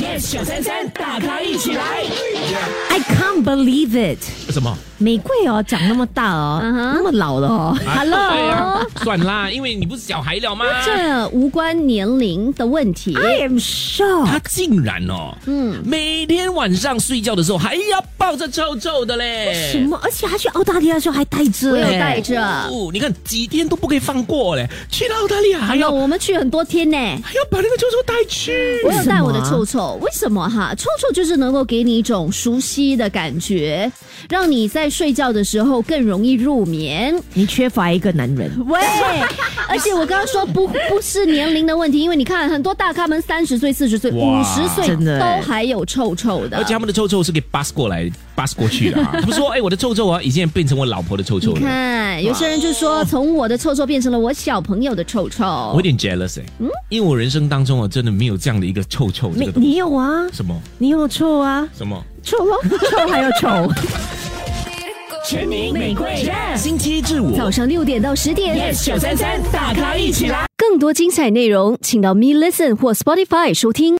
yes 小三三，大咖一起来。 I can't believe it，什么？玫瑰哦，长那么大哦，嗯哼那么老了哦。对 Hello，啊，算啦，因为你不是小孩了吗？这无关年龄的问题。 I am shocked。他竟然哦，嗯，每天晚上睡觉的时候还要抱着臭臭的嘞。什么？而且他去澳大利亚的时候还带着我有哎，带着，哦，你看几天都不可以放过嘞，去到澳大利亚还那要哎我们去很多天呢。还要把那个臭臭带去。我有啊带我的臭臭，为什么哈？臭臭就是能够给你一种熟悉的感觉，让你在睡觉的时候更容易入眠。你缺乏一个男人。喂，而且我刚刚说不不是年龄的问题，因为你看很多大咖们三十岁、四十岁、五哇十岁真的欸都还有臭臭的而。且他们的臭臭是给 bus 过来，bus 过去的、啊。他们说，哎、我的臭臭啊，已经变成我老婆的臭臭你了。看，有些人就说从我的臭臭变成了我小朋友的臭我有臭。点 jealous 哎、因为我人生当中我真的没有这样的一个臭臭这你个东西。你有啊？什么你有臭啊？什么？臭咯，臭还有臭。 全民玫瑰星期一至五早上六点到十点 yes 小三三，大咖一起来。更多精彩内容，请到 Me Listen 或 Spotify 收听。